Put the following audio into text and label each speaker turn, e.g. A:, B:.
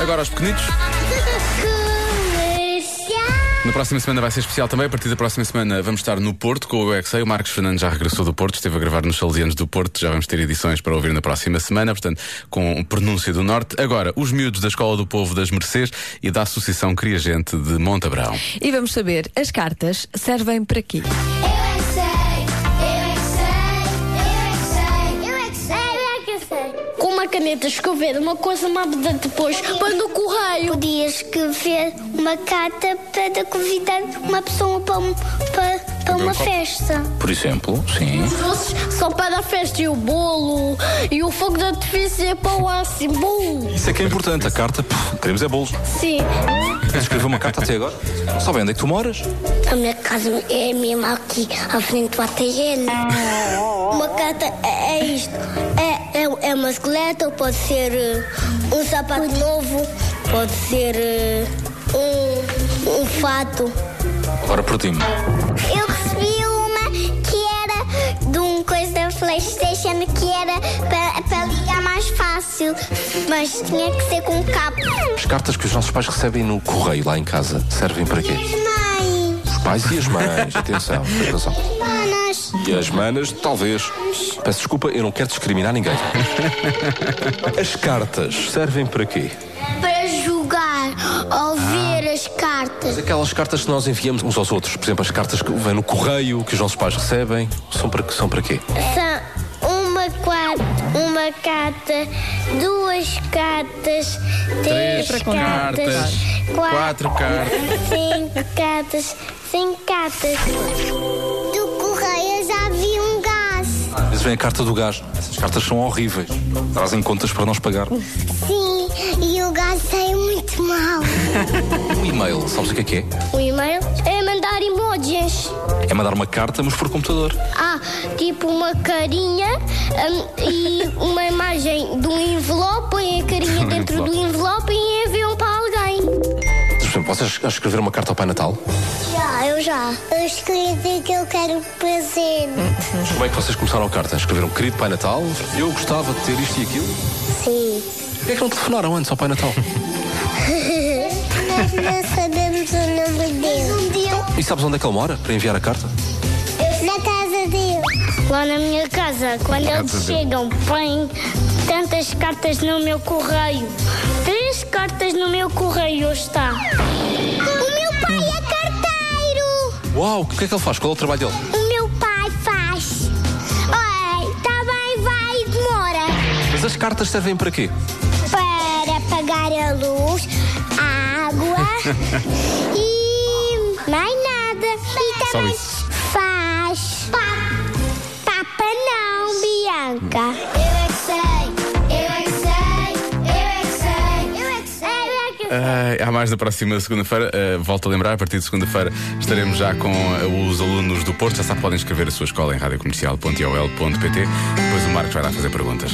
A: agora aos pequenitos. Na próxima semana vai ser especial também. A partir da próxima semana vamos estar no Porto com o UXA. O Marcos Fernandes já regressou do Porto, esteve a gravar nos Salesianos do Porto. Já vamos ter edições para ouvir na próxima semana, portanto, com pronúncia do Norte. Agora, os miúdos da Escola do Povo das Mercês e da Associação Criagente de Montabrão.
B: E vamos saber, as cartas servem para quê?
C: Com uma caneta escrever uma coisa má de depois, põe no correio.
D: Podia escrever uma carta para convidar uma pessoa para, um- para, para uma festa.
E: Por exemplo, sim.
C: Os doces são para a festa e o bolo, e o fogo de artifício é para o assim, bum.
E: Isso é que é importante. A carta, pff, queremos é bolos.
C: Sim.
E: Queres escrever uma carta até agora? Só bem onde é que tu moras?
D: A minha casa é mesmo aqui, à frente do ATN. Uma carta é, é isto. É, é, é uma esqueleto, pode ser eh, um sapato novo, pode ser eh, um, um fato.
E: Agora perdi-me.
D: Eu recebi uma que era de um coisa da Playstation que era para, ligar mais fácil, mas tinha que ser com cabo.
E: As cartas que os nossos pais recebem no correio lá em casa servem para quê?
D: Mãe,
E: Os pais e as mães. Atenção, tens razão.
D: manas,
E: E as manas, talvez. Peço desculpa, eu não quero discriminar ninguém. As cartas servem para quê?
D: para jogar ou ver as cartas.
E: Aquelas cartas que nós enviamos uns aos outros, por exemplo, as cartas que vêm no correio, que os nossos pais recebem, são para, são para quê?
D: São uma quadra, uma carta, duas cartas, três, cartas,
A: Quatro cartas.
D: Cinco cartas, cinco cartas. Do correio eu já vi um gás.
E: Às vezes vem a carta do gás. Essas cartas são horríveis. Trazem contas para nós pagar. Um
D: Sim, e o gás saiu muito mal.
E: e-mail, sabes o que é que é?
C: O e-mail é mandar emojis.
E: É mandar uma carta, mas por computador.
C: Há tipo uma carinha hum, e uma imagem de um envelope, põem a carinha dentro do envelope e enviam para alguém.
E: Por exemplo, vocês já escreveram uma carta ao Pai Natal?
D: Já, eu já. Eu escrevi que eu quero prazer.
E: Como é que vocês começaram a carta? Escreveram, querido Pai Natal, eu gostava de ter isto e aquilo.
D: Sim.
E: Porquê é que não telefonaram antes ao Pai Natal?
D: Nós não sabemos o nome dele. Um dia
E: E sabes onde é que ele mora para enviar a carta?
D: na casa dele.
C: Lá na minha casa, quando
A: Graças
C: eles
A: a
C: chegam,
A: Deus.
C: põem tantas cartas no meu correio. Três cartas no meu correio hoje está.
D: O meu pai é carteiro.
E: Uau, o que é que ele faz? Qual é o trabalho dele?
D: O meu pai faz. Oi, tá bem, vai e demora.
E: Mas as cartas servem para quê?
D: Para pagar a luz, a água e mais nada. E
A: Só
D: também
A: isso.
D: faz. Papa não, Bianca. Eu é que sei, eu é que sei, eu é que sei, eu é que sei.
A: Ai, há mais na próxima segunda-feira. Ah, volto a lembrar, a partir de segunda-feira estaremos já com ah, os alunos do Porto. Já sabe, podem escrever a sua escola em radiocomercial.iol.pt. Depois o Marcos vai lá fazer perguntas.